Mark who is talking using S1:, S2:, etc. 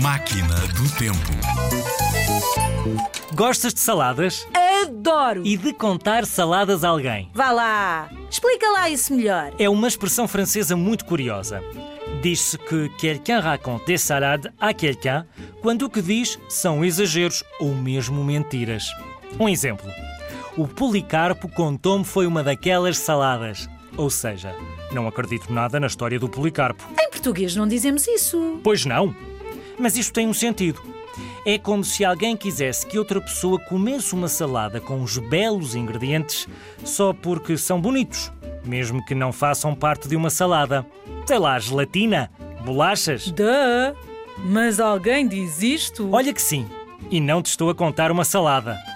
S1: Máquina do Tempo.
S2: Gostas de saladas?
S3: Adoro!
S2: E de contar saladas a alguém?
S3: Vá lá! Explica lá isso melhor.
S2: É uma expressão francesa muito curiosa. Diz-se que quelqu'un raconte des salades a quelqu'un quando o que diz são exageros ou mesmo mentiras. Um exemplo. O Policarpo contou-me foi uma daquelas saladas. Ou seja, não acredito nada na história do Policarpo.
S3: Em português não dizemos isso.
S2: Pois não. Mas isto tem um sentido. É como se alguém quisesse que outra pessoa comesse uma salada com os belos ingredientes só porque são bonitos, mesmo que não façam parte de uma salada. Sei lá, gelatina, bolachas.
S3: Duh! Mas alguém diz isto?
S2: Olha que sim. E não te estou a contar uma salada.